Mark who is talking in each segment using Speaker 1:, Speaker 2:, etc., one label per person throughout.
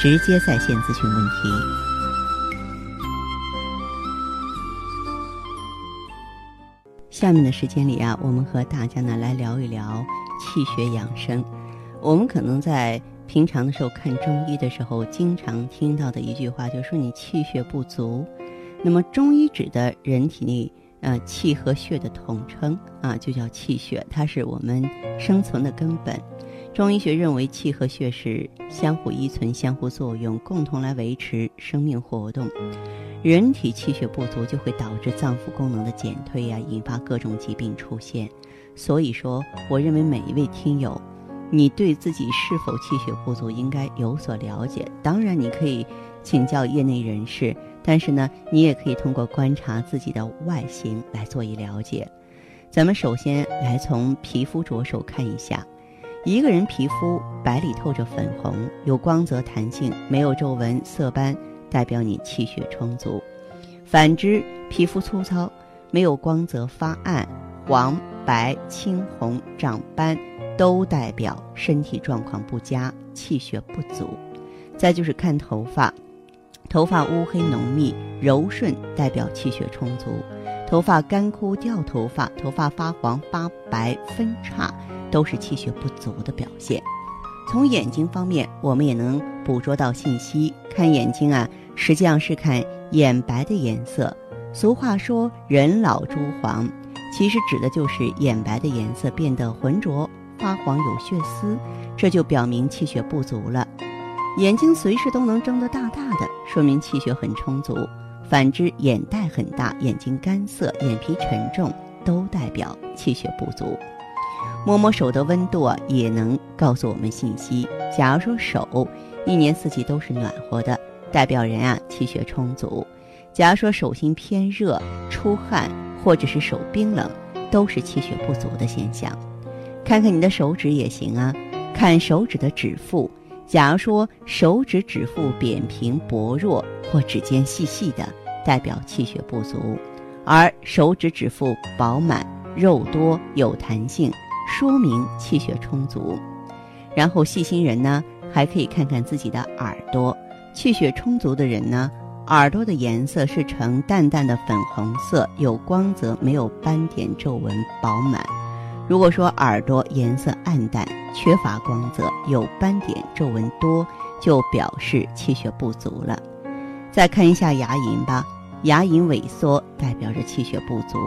Speaker 1: 直接在线咨询问题。下面的时间里啊，我们和大家呢来聊一聊气血养生。我们可能在平常的时候看中医的时候，经常听到的一句话就是说你气血不足。那么中医指的人体内呃气和血的统称啊，就叫气血，它是我们生存的根本。啊中医学认为，气和血是相互依存、相互作用，共同来维持生命活动。人体气血不足，就会导致脏腑功能的减退呀、啊，引发各种疾病出现。所以说，我认为每一位听友，你对自己是否气血不足应该有所了解。当然，你可以请教业内人士，但是呢，你也可以通过观察自己的外形来做一了解。咱们首先来从皮肤着手看一下。一个人皮肤白里透着粉红，有光泽弹性，没有皱纹、色斑，代表你气血充足；反之，皮肤粗糙，没有光泽、发暗、黄、白、青红、长斑，都代表身体状况不佳、气血不足。再就是看头发，头发乌黑浓密、柔顺，代表气血充足；头发干枯、掉头发、头发发黄、发白、分叉。都是气血不足的表现。从眼睛方面，我们也能捕捉到信息。看眼睛啊，实际上是看眼白的颜色。俗话说“人老珠黄”，其实指的就是眼白的颜色变得浑浊、发黄、有血丝，这就表明气血不足了。眼睛随时都能睁得大大的，说明气血很充足；反之，眼袋很大、眼睛干涩、眼皮沉重，都代表气血不足。摸摸手的温度啊，也能告诉我们信息。假如说手一年四季都是暖和的，代表人啊气血充足；假如说手心偏热、出汗，或者是手冰冷，都是气血不足的现象。看看你的手指也行啊，看手指的指腹，假如说手指指腹扁平薄弱或指尖细细的，代表气血不足；而手指指腹饱满、肉多、有弹性。说明气血充足，然后细心人呢，还可以看看自己的耳朵。气血充足的人呢，耳朵的颜色是呈淡淡的粉红色，有光泽，没有斑点、皱纹，饱满。如果说耳朵颜色暗淡，缺乏光泽，有斑点、皱纹多，就表示气血不足了。再看一下牙龈吧，牙龈萎缩代表着气血不足。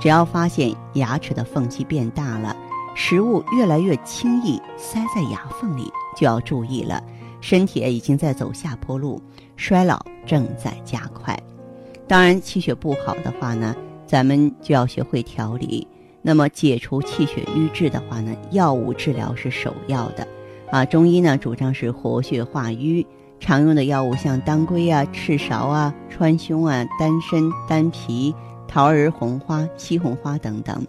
Speaker 1: 只要发现牙齿的缝隙变大了，食物越来越轻易塞在牙缝里，就要注意了。身体啊已经在走下坡路，衰老正在加快。当然，气血不好的话呢，咱们就要学会调理。那么，解除气血瘀滞的话呢，药物治疗是首要的。啊，中医呢主张是活血化瘀，常用的药物像当归啊、赤芍啊、川芎啊、丹参、丹皮、桃儿红花、西红花等等。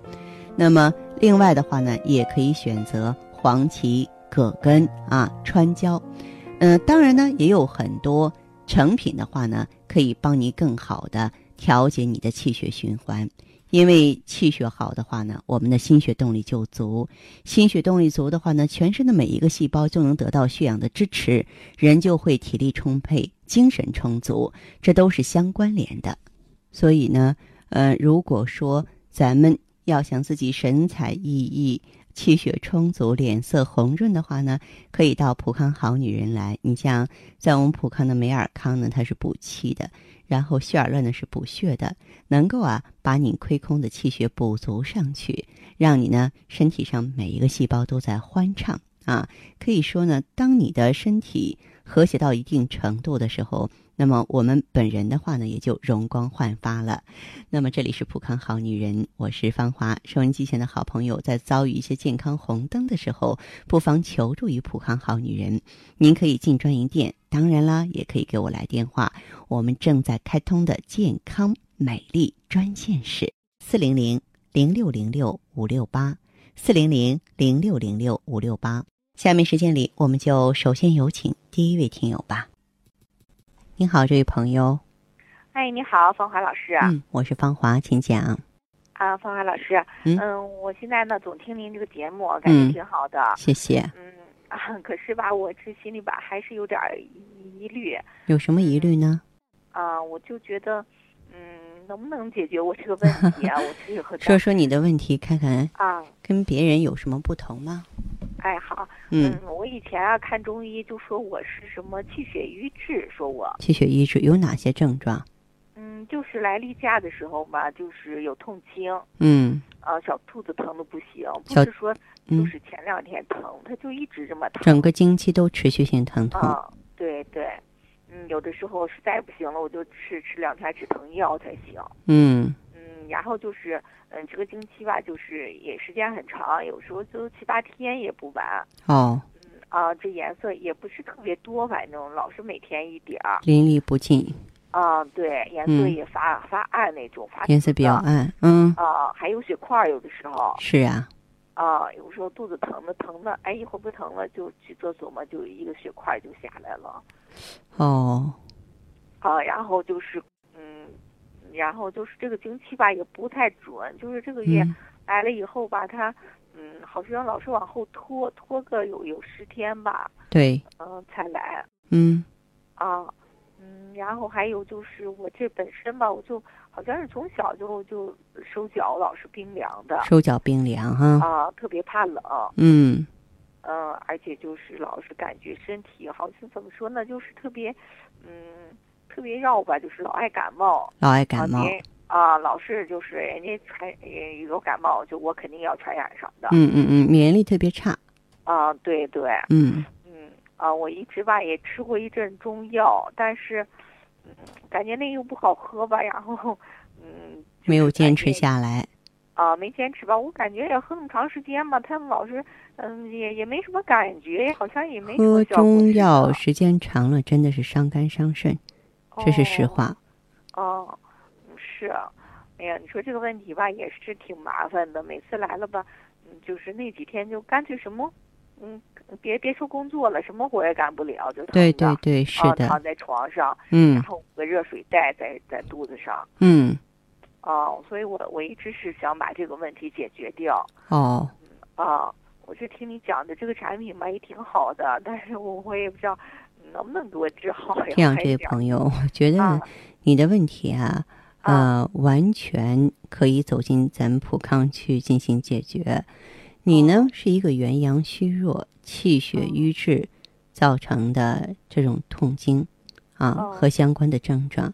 Speaker 1: 那么，另外的话呢，也可以选择黄芪、葛根啊、川椒，嗯、呃，当然呢，也有很多成品的话呢，可以帮你更好的调节你的气血循环。因为气血好的话呢，我们的心血动力就足，心血动力足的话呢，全身的每一个细胞就能得到血氧的支持，人就会体力充沛、精神充足，这都是相关联的。所以呢，呃，如果说咱们要想自己神采奕奕、气血充足、脸色红润的话呢，可以到普康好女人来。你像在我们普康的美尔康呢，它是补气的，然后血尔乐呢是补血的，能够啊把你亏空的气血补足上去，让你呢身体上每一个细胞都在欢畅啊。可以说呢，当你的身体和谐到一定程度的时候，那么我们本人的话呢，也就容光焕发了。那么这里是普康好女人，我是芳华。收音机前的好朋友，在遭遇一些健康红灯的时候，不妨求助于普康好女人。您可以进专营店，当然啦，也可以给我来电话。我们正在开通的健康美丽专线是四零零零六零六五六八四零零零六零六五六八。下面时间里，我们就首先有请第一位听友吧。你好，这位朋友。
Speaker 2: 哎，你好，芳华老师。
Speaker 1: 嗯，我是芳华，请讲。
Speaker 2: 啊，芳华老师，
Speaker 1: 嗯
Speaker 2: 我现在呢总听您这个节目，感觉挺好的。
Speaker 1: 谢谢。
Speaker 2: 嗯啊，可是吧，我这心里吧还是有点儿疑虑
Speaker 1: 有什么疑虑呢？
Speaker 2: 啊，我就觉得，嗯，能不能解决我这个问题啊？我这个和
Speaker 1: 说说你的问题，看看
Speaker 2: 啊，
Speaker 1: 跟别人有什么不同吗？
Speaker 2: 哎好，
Speaker 1: 嗯，
Speaker 2: 我以前啊看中医就说我是什么气血瘀滞，说我
Speaker 1: 气血瘀滞有哪些症状？
Speaker 2: 嗯就是来例假的时候嘛，就是有痛经，
Speaker 1: 嗯
Speaker 2: 啊小肚子疼的不行，不
Speaker 1: 小
Speaker 2: 是说就
Speaker 1: 嗯，
Speaker 2: 是前两天疼，它就一直这么疼。
Speaker 1: 整个经期都持续性疼痛。
Speaker 2: 啊，对对，嗯，有的时候实在不行了，我就吃吃两天止疼药才行。
Speaker 1: 嗯
Speaker 2: 嗯，然后就是，嗯，这个经期吧，就是也时间很长，有时候就七八天也不完。
Speaker 1: 哦，
Speaker 2: 啊，这颜色也不是特别多，反正老是每天一点儿。
Speaker 1: 淋漓不尽，
Speaker 2: 啊，对，颜色
Speaker 1: 嗯
Speaker 2: 也发、发暗那种，发
Speaker 1: 颜色
Speaker 2: 紫
Speaker 1: 比较
Speaker 2: 的
Speaker 1: 暗。嗯，
Speaker 2: 啊，还有血块儿，有的时候
Speaker 1: 是啊，
Speaker 2: 啊，有时候肚子疼的疼的，哎，一会儿不疼了就去厕所嘛，就一个血块儿就下来了。
Speaker 1: 哦，
Speaker 2: 啊，然后就是嗯，然后就是这个经期吧也不太准，就是这个月
Speaker 1: 嗯
Speaker 2: 来了以后吧，它嗯好像老是往后拖，拖个有有十天吧，
Speaker 1: 对，
Speaker 2: 嗯、才来
Speaker 1: 嗯
Speaker 2: 啊。嗯，然后还有就是我这本身吧，我就好像是从小就就手脚老是冰凉的
Speaker 1: 手脚冰凉哈。
Speaker 2: 啊，特别怕冷，
Speaker 1: 嗯
Speaker 2: 嗯，而且就是老是感觉身体好像怎么说呢，就是特别，嗯，特别绕吧，就是老爱感冒，
Speaker 1: 老爱感冒
Speaker 2: 啊。别啊，老是就是人家传人有感冒，就我肯定要传染上的。
Speaker 1: 嗯嗯嗯，免疫力特别差。
Speaker 2: 啊，对对，
Speaker 1: 嗯
Speaker 2: 嗯啊，我一直吧也吃过一阵中药，但是嗯，感觉那又不好喝吧，然后嗯，就是
Speaker 1: 没有坚持
Speaker 2: 感觉
Speaker 1: 下来。
Speaker 2: 啊，没坚持吧，我感觉也喝那么长时间嘛，他们老是嗯也也没什么感觉，好像哎也没什么
Speaker 1: 喝
Speaker 2: 效果
Speaker 1: 中
Speaker 2: 似的
Speaker 1: 药时间长了，真的是伤肝伤肾，这是实。话。
Speaker 2: 哦，嗯是，哎呀，你说这个问题吧，也是挺麻烦的。每次来了吧，嗯，就是那几天就干脆什么，嗯，别别说工作了，什么活也干不了，就躺
Speaker 1: 对
Speaker 2: 着
Speaker 1: 对对，是
Speaker 2: 啊，
Speaker 1: 的，
Speaker 2: 躺在床上，然
Speaker 1: 嗯
Speaker 2: 后捂个热水袋在在肚子上
Speaker 1: 嗯，
Speaker 2: 啊，所以我我一直是想把这个问题解决掉
Speaker 1: 哦，
Speaker 2: 啊。我是听你讲的这个产品吧，也挺好的，但是我我也不知道能不能给我治好呀。
Speaker 1: 这样，
Speaker 2: 还
Speaker 1: 这位
Speaker 2: 是要
Speaker 1: 朋友，我觉得
Speaker 2: 啊
Speaker 1: 你的问题啊，
Speaker 2: 啊
Speaker 1: 呃，完全可以走进咱们普康去进行解决。你呢是一个元阳虚弱、气血
Speaker 2: 哦
Speaker 1: 瘀滞造成的这种痛经啊
Speaker 2: 哦
Speaker 1: 和相关的症状。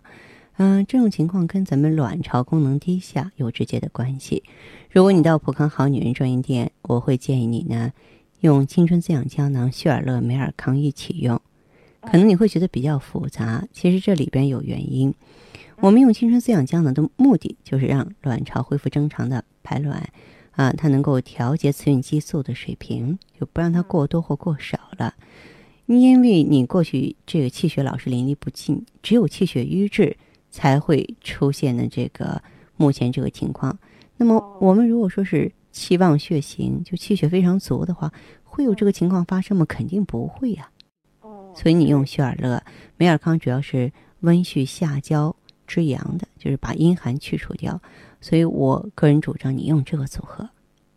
Speaker 1: 嗯、这种情况跟咱们卵巢功能低下有直接的关系。如果你到普康好女人专营店，我会建议你呢用青春滋养胶囊、旭尔乐、美尔康一起用。可能你会觉得比较复杂，其实这里边有原因。我们用青春滋养胶囊的目的就是让卵巢恢复正常的排卵，啊、它能够调节雌孕激素的水平，就不让它
Speaker 2: 嗯
Speaker 1: 过多或过少了。因为你过去这个气血老是淋漓不尽，只有气血瘀滞才会出现的这个目前这个情况。那么
Speaker 2: 哦
Speaker 1: 我们如果说是气旺血行，就气血非常足的话，会有这个情况发生吗？肯定不会啊呀、
Speaker 2: 哦
Speaker 1: 所以你用旭尔乐、美尔康主要是温煦下焦之阳的，就是把阴寒去除掉。所以我个人主张你用这个组合，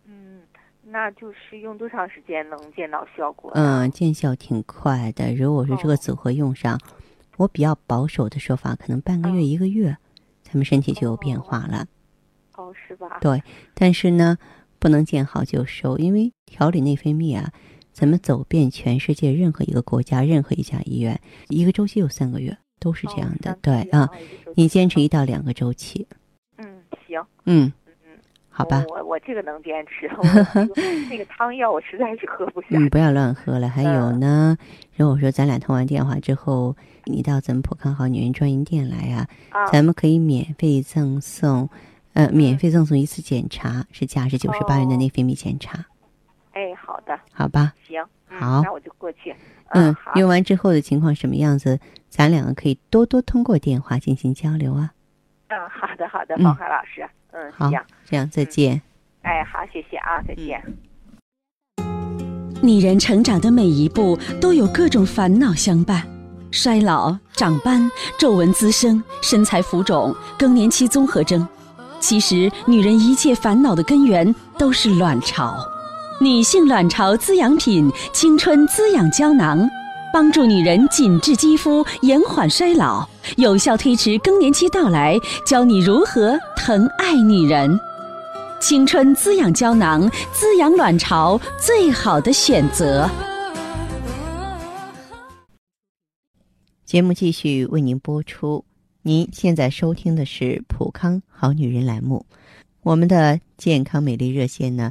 Speaker 2: 嗯，那就是用多长时间能见到效果？
Speaker 1: 嗯，，见效挺快的。如果是这个
Speaker 2: 哦
Speaker 1: 组合用上，我比较保守的说法，可能半个月、
Speaker 2: 嗯
Speaker 1: 一个月，咱们身体就有变化了。
Speaker 2: 哦，是吧？
Speaker 1: 对但是呢，不能见好就收，因为调理内分泌啊，咱们走遍全世界任何一个国家、任何一家医院，一个周期有三个月，都
Speaker 3: 哦
Speaker 1: 是这样
Speaker 2: 哦
Speaker 1: 嗯的。对啊，，你坚持一到两个周期。
Speaker 2: 嗯，行，
Speaker 1: 嗯，好吧？
Speaker 3: 我我这个能坚 持，我那个汤药我实在是喝不下。
Speaker 1: 嗯，不要乱喝了。还有呢，如果说咱俩通完电话之后，你到咱们普康好女人专营店来啊，
Speaker 3: 啊，
Speaker 1: 咱们可以免费赠送，呃，免费赠送一次检查，是价值九十八元的
Speaker 3: 哦
Speaker 1: 内分泌检查，
Speaker 3: 哎，好的，
Speaker 1: 好吧？
Speaker 3: 行，嗯
Speaker 1: 好
Speaker 3: 那我就过去。
Speaker 1: 嗯
Speaker 2: 啊
Speaker 3: 好，，
Speaker 1: 用完之后的情况什么样子，咱两个可以多多通过电话进行交流啊。
Speaker 3: 嗯，好的，好的，
Speaker 1: 嗯
Speaker 3: 方海老师，嗯，
Speaker 1: 好
Speaker 3: 行，，
Speaker 1: 这样再
Speaker 3: 嗯
Speaker 1: 见。
Speaker 3: 哎，好，谢谢啊，再见。
Speaker 1: 嗯
Speaker 4: 女人成长的每一步都有各种烦恼相伴，衰老、长斑、皱纹滋生、身材浮肿、更年期综合征。其实，女人一切烦恼的根源都是卵巢。女性卵巢滋养品——青春滋养胶囊，帮助女人紧致肌肤、延缓衰老，有效推迟更年期到来，教你如何疼爱女人。青春滋养胶囊，滋养卵巢最好的选择。
Speaker 1: 节目继续为您播出。您现在收听的是《普康好女人》栏目，我们的健康美丽热线呢，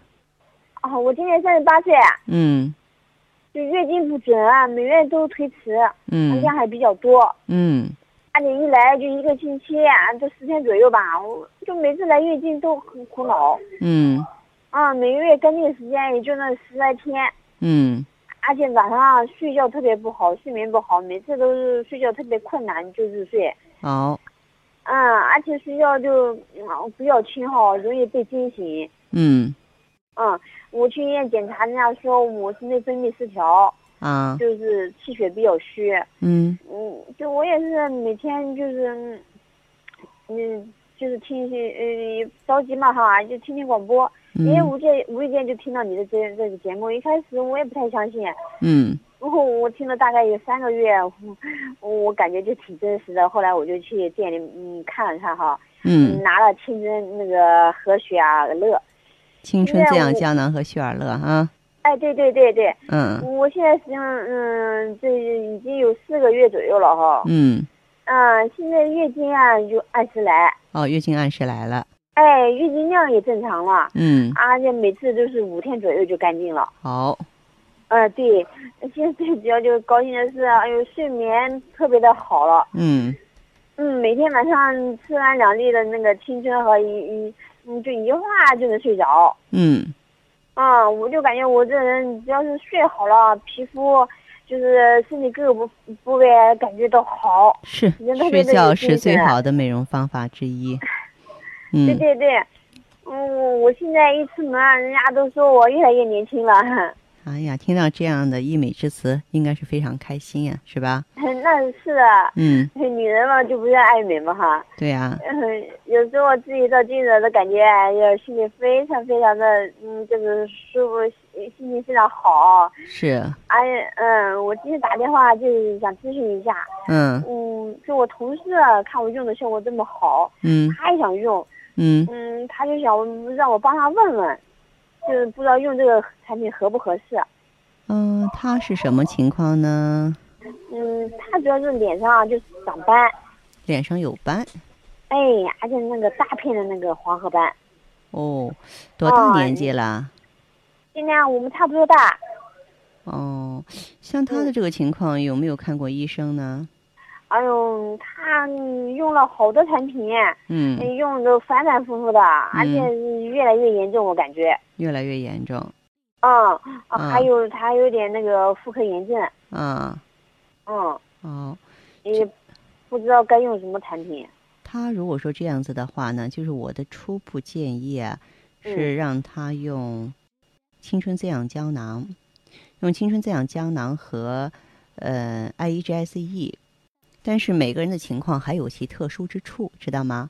Speaker 2: 啊，我今年三十八岁，
Speaker 1: 嗯
Speaker 2: 就月经不准啊，每月都推迟，
Speaker 1: 嗯
Speaker 2: 量还比较多。
Speaker 1: 嗯
Speaker 2: 而且一来就一个星期啊，就十天左右吧。我就每次来月经都很苦恼，
Speaker 1: 嗯
Speaker 2: 啊，每个月干净的时间也就那十来天，
Speaker 1: 嗯
Speaker 2: 而且晚上睡觉特别不好，睡眠不好，每次都是睡觉特别困难就入睡。
Speaker 1: 好，
Speaker 2: 嗯，而且睡觉就嗯比较轻哈，容易被惊醒。
Speaker 1: 嗯
Speaker 2: 嗯，我去医院检查，人家说我是内分泌失调，
Speaker 1: 啊，
Speaker 2: 就是气血比较虚。
Speaker 1: 嗯
Speaker 2: 嗯，就我也是每天就是，嗯，就是听一些呃着急嘛哈，就听听广播，因为
Speaker 1: 嗯
Speaker 2: 无间无意间就听到你的这这个节目，一开始我也不太相信，
Speaker 1: 嗯
Speaker 2: 然后我听了大概有三个月，我我感觉就挺真实的，后来我就去店里嗯看了看哈，
Speaker 1: 嗯，
Speaker 2: 拿了清真那个和血啊乐，
Speaker 1: 青春滋养胶囊和旭尔乐啊，
Speaker 2: 哎对对对对，
Speaker 1: 嗯
Speaker 2: 我现在实际上嗯这已经有四个月左右了哈，
Speaker 1: 嗯，
Speaker 2: 嗯，现在月经啊就按时来。
Speaker 1: 哦，月经按时来了，
Speaker 2: 哎，月经量也正常了，
Speaker 1: 嗯，
Speaker 2: 而且每次都是五天左右就干净了。
Speaker 1: 好，
Speaker 2: 呃，对，现在最主要就是高兴的是，哎呦，睡眠特别的好了。
Speaker 1: 嗯
Speaker 2: 嗯，每天晚上吃完两粒的那个青春和一一，嗯，就一句话就能睡着。
Speaker 1: 嗯
Speaker 2: 嗯，我就感觉我这人只要是睡好了，皮肤就是身体各个部部位感觉都好。
Speaker 1: 是，
Speaker 2: 人特
Speaker 1: 睡
Speaker 2: 别的
Speaker 1: 觉
Speaker 2: 有
Speaker 1: 是
Speaker 2: 精
Speaker 1: 最
Speaker 2: 神
Speaker 1: 好的美容方法之一。
Speaker 2: 对
Speaker 1: 嗯，
Speaker 2: 对对，嗯，我现在一出门啊，人家都说我越来越年轻了。
Speaker 1: 哎呀，听到这样的溢美之词，应该是非常开心呀，是吧？
Speaker 2: 那是啊的。
Speaker 1: 嗯，
Speaker 2: 女人嘛，就不要爱美嘛哈。
Speaker 1: 对啊呀、
Speaker 2: 嗯，有时候自己照镜子都感觉，哎呀，心里非常非常的，嗯，就是舒服，心心情非常好。
Speaker 1: 是，
Speaker 2: 而且，嗯，我今天打电话就是想咨询一下，
Speaker 1: 嗯
Speaker 2: 嗯，就我同事啊看我用的效果这么好，
Speaker 1: 嗯
Speaker 2: 他也想用，
Speaker 1: 嗯
Speaker 2: 嗯，他就想让我帮他问问，就是不知道用这个产品合不合适。
Speaker 1: 嗯，他是什么情况呢？
Speaker 2: 嗯，他主要是脸上啊就是长斑，
Speaker 1: 脸上有斑
Speaker 2: 哎，而且那个大片的那个黄褐斑。
Speaker 1: 哦，多大
Speaker 2: 哦
Speaker 1: 年纪了？
Speaker 2: 今天我们差不多大，
Speaker 1: 哦，像他的这个情况，有没有看过医生呢？
Speaker 2: 哎呦，他用了好多产品，哎
Speaker 1: 嗯，
Speaker 2: 用的反反复复的，而且越来越严重，我感觉。
Speaker 1: 越来越严重
Speaker 2: 嗯，
Speaker 1: 嗯
Speaker 2: 啊还有他有点那个妇科炎症，
Speaker 1: 啊。
Speaker 2: 嗯，
Speaker 1: 哦，
Speaker 2: 也不知道该用什么产品。
Speaker 1: 他如果说这样子的话呢，就是我的初步建议啊，
Speaker 2: 嗯
Speaker 1: 是让他用青春滋养胶囊，用青春滋养胶囊和呃 I E G S E，但是每个人的情况还有其特殊之处，知道吗？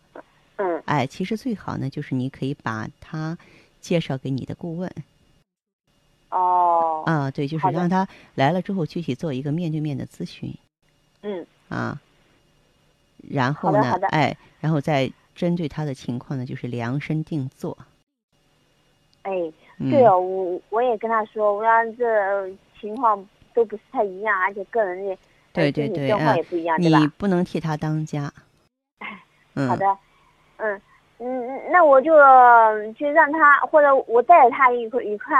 Speaker 2: 嗯，
Speaker 1: 哎，其实最好呢，就是你可以把它介绍给你的顾问，
Speaker 2: 哦，
Speaker 1: 啊，对，就是
Speaker 2: 好的
Speaker 1: 让他来了之后具体做一个面对面的咨询
Speaker 2: 嗯，
Speaker 1: 啊，然后
Speaker 2: 好的
Speaker 1: 呢
Speaker 2: 好的，
Speaker 1: 哎，然后再针对他的情况呢，就是量身定做。
Speaker 2: 哎，
Speaker 1: 嗯、
Speaker 2: 对哦，我我也跟他说，我让这呃情况都不是太一样，而且个人的
Speaker 1: 对
Speaker 2: 呃
Speaker 1: 对
Speaker 2: 身体
Speaker 1: 对
Speaker 2: 状
Speaker 1: 啊
Speaker 2: 况也不一样，对
Speaker 1: 你
Speaker 2: 吧？
Speaker 1: 不能替他当家。嗯，
Speaker 2: 哎好的，嗯嗯，那我就就让他或者我带着他一块一块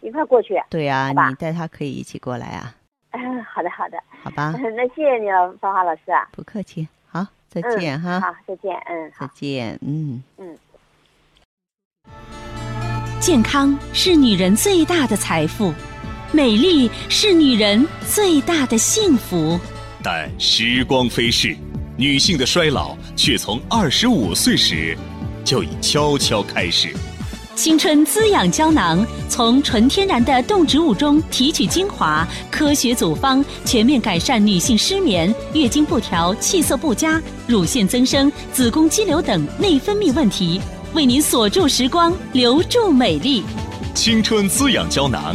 Speaker 2: 一块过去。
Speaker 1: 对呀、
Speaker 2: 吧
Speaker 1: 你带他可以一起过来啊，
Speaker 2: 嗯，好的好的，
Speaker 1: 好吧？
Speaker 2: 那谢谢你了，芳华老师啊。
Speaker 1: 不客气，好，再
Speaker 2: 嗯
Speaker 1: 见哈，
Speaker 2: 好，再见，嗯，好
Speaker 1: 再。见，嗯。
Speaker 4: 健康是女人最大的财富，美丽是女人最大的幸福。
Speaker 5: 但时光飞逝，女性的衰老却从二十五岁时就已悄悄开始。
Speaker 4: 青春滋养胶囊从纯天然的动植物中提取精华，科学组方，全面改善女性失眠、月经不调、气色不佳、乳腺增生、子宫肌瘤等内分泌问题，为您锁住时光，留住美丽。
Speaker 5: 青春滋养胶囊，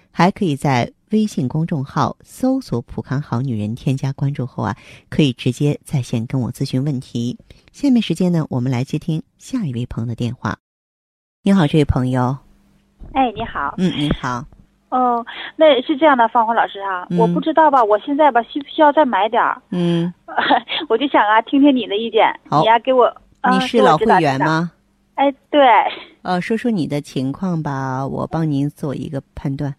Speaker 1: 还可以在微信公众号搜索“普康好女人”，添加关注后啊，可以直接在线跟我咨询问题。下面时间呢，我们来接听下一位朋友的电话。你好，这位朋友，
Speaker 6: 哎，你好，
Speaker 1: 嗯，你好，
Speaker 6: 嗯，那是这样的，芳华老师啊，
Speaker 1: 嗯
Speaker 6: 我不知道吧，我现在吧需不需要再买点儿？
Speaker 1: 嗯，
Speaker 6: 我就想啊，听听你的意见，
Speaker 1: 好
Speaker 6: 你呀、给我，啊
Speaker 1: 你是老会员？
Speaker 6: 给我指导指导
Speaker 1: 吗？
Speaker 6: 哎，对，
Speaker 1: 呃，说说你的情况吧，我帮您做一个判断。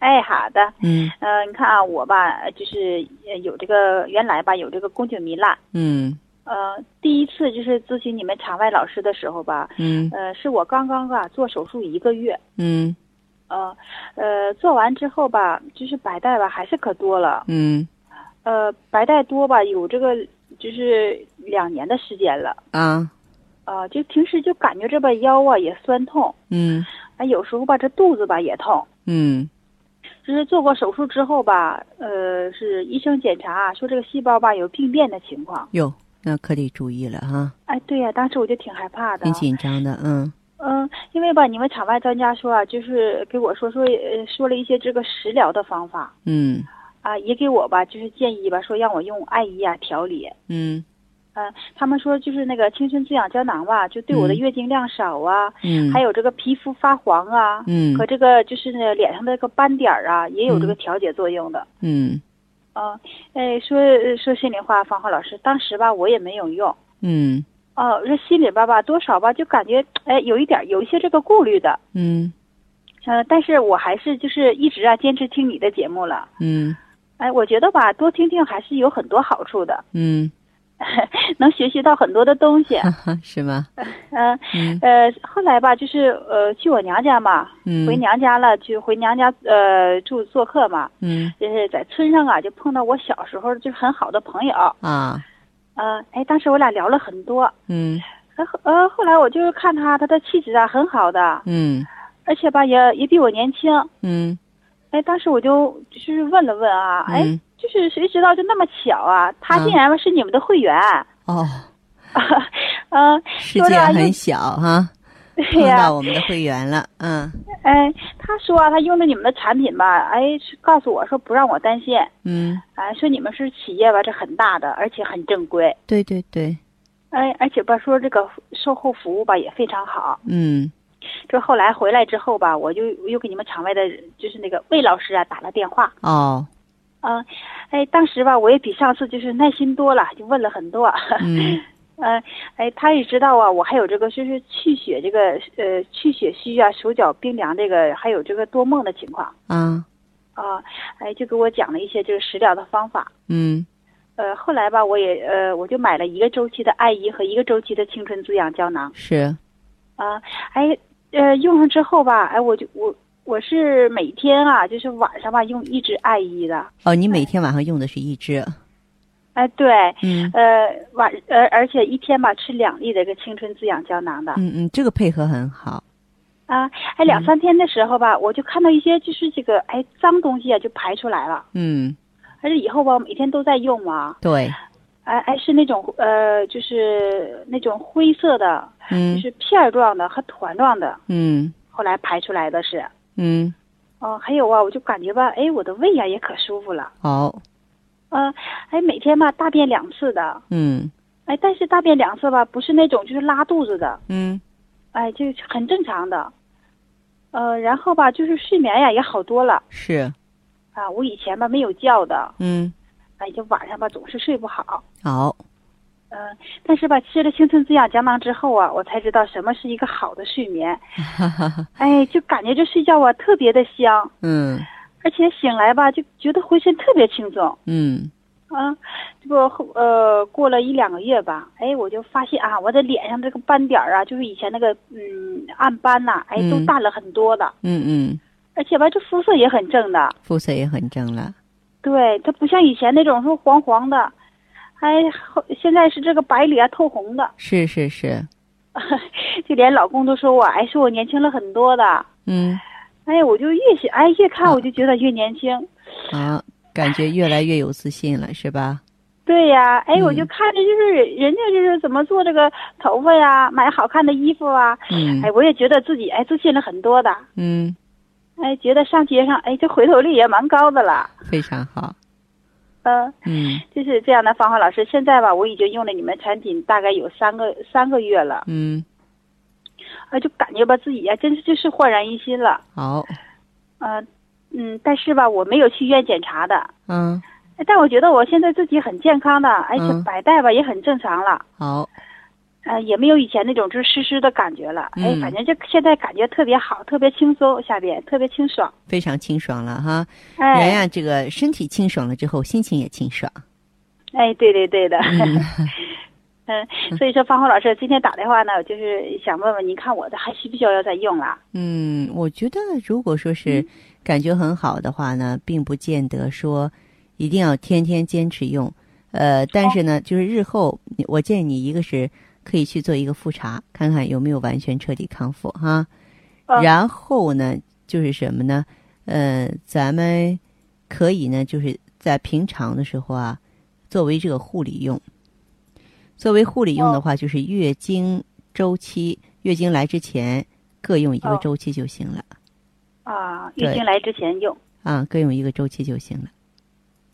Speaker 6: 哎，好的，
Speaker 1: 嗯
Speaker 6: 呃，你看啊，我吧就是呃有这个原来吧有这个宫颈糜烂，
Speaker 1: 嗯
Speaker 6: 呃，第一次就是咨询你们场外老师的时候吧，
Speaker 1: 嗯
Speaker 6: 呃，是我刚刚啊做手术一个月，
Speaker 1: 嗯
Speaker 6: 呃，呃，做完之后吧，就是白带吧还是可多了，
Speaker 1: 嗯
Speaker 6: 呃，白带多吧，有这个就是两年的时间了，
Speaker 1: 啊
Speaker 6: 啊、就平时就感觉这吧腰啊也酸痛，
Speaker 1: 嗯
Speaker 6: 啊，有时候吧这肚子吧也痛。
Speaker 1: 嗯
Speaker 6: 就是做过手术之后吧，呃，是医生检查啊说这个细胞吧有病变的情况。
Speaker 1: 哟，那可得注意了哈，
Speaker 6: 哎，对呀、当时我就挺害怕的
Speaker 1: 挺。紧张的，嗯
Speaker 6: 嗯，因为吧，你们场外专家说啊，就是给我说说，呃，说了一些这个食疗的方法
Speaker 1: 嗯
Speaker 6: 啊，也给我吧，就是建议吧，说让我用艾依啊调理。
Speaker 1: 嗯
Speaker 6: 嗯，他们说就是那个青春滋养胶囊吧，就对我的
Speaker 1: 嗯
Speaker 6: 月经量少啊，
Speaker 1: 嗯，
Speaker 6: 还有这个皮肤发黄啊，
Speaker 1: 嗯
Speaker 6: 和这个就是呢脸上的这个斑点儿啊，也有这个
Speaker 1: 嗯
Speaker 6: 调节作用的。
Speaker 1: 嗯
Speaker 6: 啊，哎，说呃说心里话，方浩老师，当时吧我也没有用。
Speaker 1: 嗯
Speaker 6: 哦，这心里吧吧多少吧就感觉哎有一点儿有一些这个顾虑的，
Speaker 1: 嗯
Speaker 6: 呃，但是我还是就是一直啊坚持听你的节目了。
Speaker 1: 嗯
Speaker 6: 哎，我觉得吧多听听还是有很多好处的，
Speaker 1: 嗯，
Speaker 6: 能学习到很多的东西。
Speaker 1: 哈哈，是吗？
Speaker 6: 嗯、
Speaker 1: 嗯
Speaker 6: 呃，后来吧就是呃去我娘家嘛，
Speaker 1: 嗯
Speaker 6: 回娘家了，就回娘家呃住做客嘛，
Speaker 1: 嗯
Speaker 6: 就是在村上啊，就碰到我小时候就是很好的朋友，
Speaker 1: 啊
Speaker 6: 呃，哎，当时我俩聊了很多，
Speaker 1: 嗯
Speaker 6: 呃后呃，后来我就是看他他的气质啊很好的，
Speaker 1: 嗯
Speaker 6: 而且吧也也比我年轻，
Speaker 1: 嗯
Speaker 6: 哎，当时我就就是问了问啊，哎，
Speaker 1: 嗯
Speaker 6: 就是谁知道就那么巧啊，他
Speaker 1: 啊
Speaker 6: 竟然是你们的会员，
Speaker 1: 哦。
Speaker 6: 嗯、
Speaker 1: 世
Speaker 6: 说
Speaker 1: 界
Speaker 6: 了
Speaker 1: 很
Speaker 6: 又
Speaker 1: 小哈，
Speaker 6: 对
Speaker 1: 碰
Speaker 6: 呀、
Speaker 1: 到我们的会员了，嗯
Speaker 6: 哎，他说啊，他用了你们的产品吧，哎，是告诉我说不让我担心。
Speaker 1: 嗯，
Speaker 6: 哎，说你们是企业吧，这很大的，而且很正规，
Speaker 1: 对对对，
Speaker 6: 哎，而且吧，说这个售后服务吧也非常好。
Speaker 1: 嗯
Speaker 6: 这后来回来之后吧，我就又给你们场外的，就是那个魏老师啊打了电话，
Speaker 1: 哦，
Speaker 6: 嗯，哎，当时吧，我也比上次就是耐心多了，就问了很多，
Speaker 1: 嗯
Speaker 6: 嗯，哎，他也知道啊，我还有这个就是气血这个呃气血虚啊，手脚冰凉这个，还有这个多梦的情况
Speaker 1: 啊
Speaker 6: 啊，哎，就给我讲了一些就是食疗的方法。
Speaker 1: 嗯
Speaker 6: 呃，后来吧，我也呃，我就买了一个周期的艾依和一个周期的青春滋养胶囊
Speaker 1: 是
Speaker 6: 啊、哎，呃，用上之后吧，哎，我就我我是每天啊，就是晚上吧，用一支艾依的。
Speaker 1: 哦，你每天晚上用的是一支，
Speaker 6: 哎，对，
Speaker 1: 嗯
Speaker 6: 呃，晚呃，而且一天吧吃两粒的一个青春滋养胶囊的。
Speaker 1: 嗯嗯，这个配合很好。
Speaker 6: 啊，哎，两三天的时候吧，我就看到一些就是这个哎脏东西啊，就排出来了。
Speaker 1: 嗯，
Speaker 6: 而且以后吧，每天都在用嘛。
Speaker 1: 对，
Speaker 6: 哎哎，是那种呃，就是那种灰色的，就
Speaker 1: 嗯
Speaker 6: 是片儿状的和团状的，
Speaker 1: 嗯
Speaker 6: 后来排出来的是。
Speaker 1: 嗯，
Speaker 6: 哦，还有啊，我就感觉吧，哎，我的胃呀、也可舒服了。
Speaker 1: 好，
Speaker 6: 嗯，哎，每天吧大便两次的，
Speaker 1: 嗯
Speaker 6: 哎，但是大便两次吧不是那种就是拉肚子的，
Speaker 1: 嗯
Speaker 6: 哎，就很正常的。呃，然后吧就是睡眠呀也好多了
Speaker 1: 是，
Speaker 6: 啊，我以前吧没有觉的，
Speaker 1: 嗯
Speaker 6: 哎，就晚上吧总是睡不好。
Speaker 1: 好，
Speaker 6: 嗯、但是吧，吃了青春滋养胶囊之后啊，我才知道什么是一个好的睡眠。
Speaker 1: 哈哈哈，
Speaker 6: 哎，就感觉这睡觉啊特别的香，
Speaker 1: 嗯
Speaker 6: 而且醒来吧就觉得浑身特别轻松。
Speaker 1: 嗯
Speaker 6: 啊，这不后呃，过了一两个月吧，哎，我就发现啊，我的脸上这个斑点儿啊，就是以前那个嗯暗斑呐、哎，都
Speaker 1: 嗯
Speaker 6: 淡了很多的，
Speaker 1: 嗯嗯，
Speaker 6: 而且吧，这肤色也很正的，
Speaker 1: 肤色也很正了。
Speaker 6: 对，它不像以前那种说黄黄的，哎，后现在是这个白里啊透红的，
Speaker 1: 是是是，
Speaker 6: 就连老公都说我，哎，说我年轻了很多的，
Speaker 1: 嗯，
Speaker 6: 哎，我就越想，哎，越看我就觉得越年轻，
Speaker 1: 好，感觉越来越有自信了，是吧？
Speaker 6: 对呀、哎，我就
Speaker 1: 嗯
Speaker 6: 看着就是人家就是怎么做这个头发呀，买好看的衣服啊，
Speaker 1: 嗯
Speaker 6: 哎，我也觉得自己哎自信了很多的，
Speaker 1: 嗯，
Speaker 6: 哎，觉得上街上哎这回头率也蛮高的了，
Speaker 1: 非常好。
Speaker 6: 嗯、
Speaker 1: 嗯
Speaker 6: 就是这样的。芳华老师，现在吧我已经用了你们产品大概有三个三个月了，
Speaker 1: 嗯，
Speaker 6: 哎，就感觉吧自己呀、真是就是焕然一新了，
Speaker 1: 好，
Speaker 6: 嗯、嗯，但是吧我没有去医院检查的，
Speaker 1: 嗯
Speaker 6: 哎但我觉得我现在自己很健康的，哎而且
Speaker 1: 嗯
Speaker 6: 白带吧也很正常了。
Speaker 1: 好，
Speaker 6: 呃，也没有以前那种就是湿湿的感觉了，哎，
Speaker 1: 嗯
Speaker 6: 反正就现在感觉特别好，特别轻松，下边特别清爽，
Speaker 1: 非常清爽了哈。
Speaker 6: 哎，
Speaker 1: 人呀，这个身体清爽了之后，心情也清爽。
Speaker 6: 哎，对对对的，
Speaker 1: 嗯
Speaker 6: 嗯，所以说方红老师今天打电话呢，就是想问问您看我的还需不需要再用了？
Speaker 1: 嗯，我觉得如果说是感觉很好的话呢，并不见得说一定要天天坚持用。呃，但是呢，就是日后你我建议你一个是可以去做一个复查，看看有没有完全彻底康复哈。
Speaker 6: 嗯
Speaker 1: 然后呢，就是什么呢？呃，咱们可以呢，就是在平常的时候啊，作为这个护理用。作为护理用的话，就是月经周期，月经来之前各用一个
Speaker 6: 哦
Speaker 1: 周期就行了。
Speaker 6: 啊，
Speaker 1: 对
Speaker 6: 月经来之前用，
Speaker 1: 啊，各用一个周期就行了。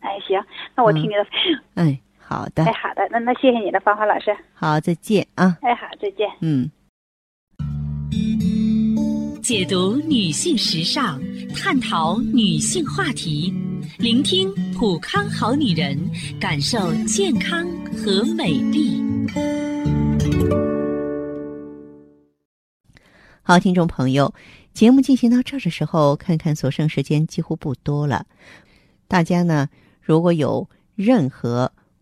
Speaker 6: 哎，行，那我听
Speaker 1: 嗯
Speaker 6: 您的，
Speaker 1: 哎，好的
Speaker 6: 哎，，好的，那那谢谢你了，方红老师，
Speaker 1: 好，再见啊，
Speaker 6: 哎，好，再见。
Speaker 1: 嗯。
Speaker 4: 解读女性时尚，探讨女性话题，聆听普康好女人，感受健康和美丽。
Speaker 1: 好，听众朋友，节目进行到这儿的时候，看看所剩时间几乎不多了。大家呢，如果有任何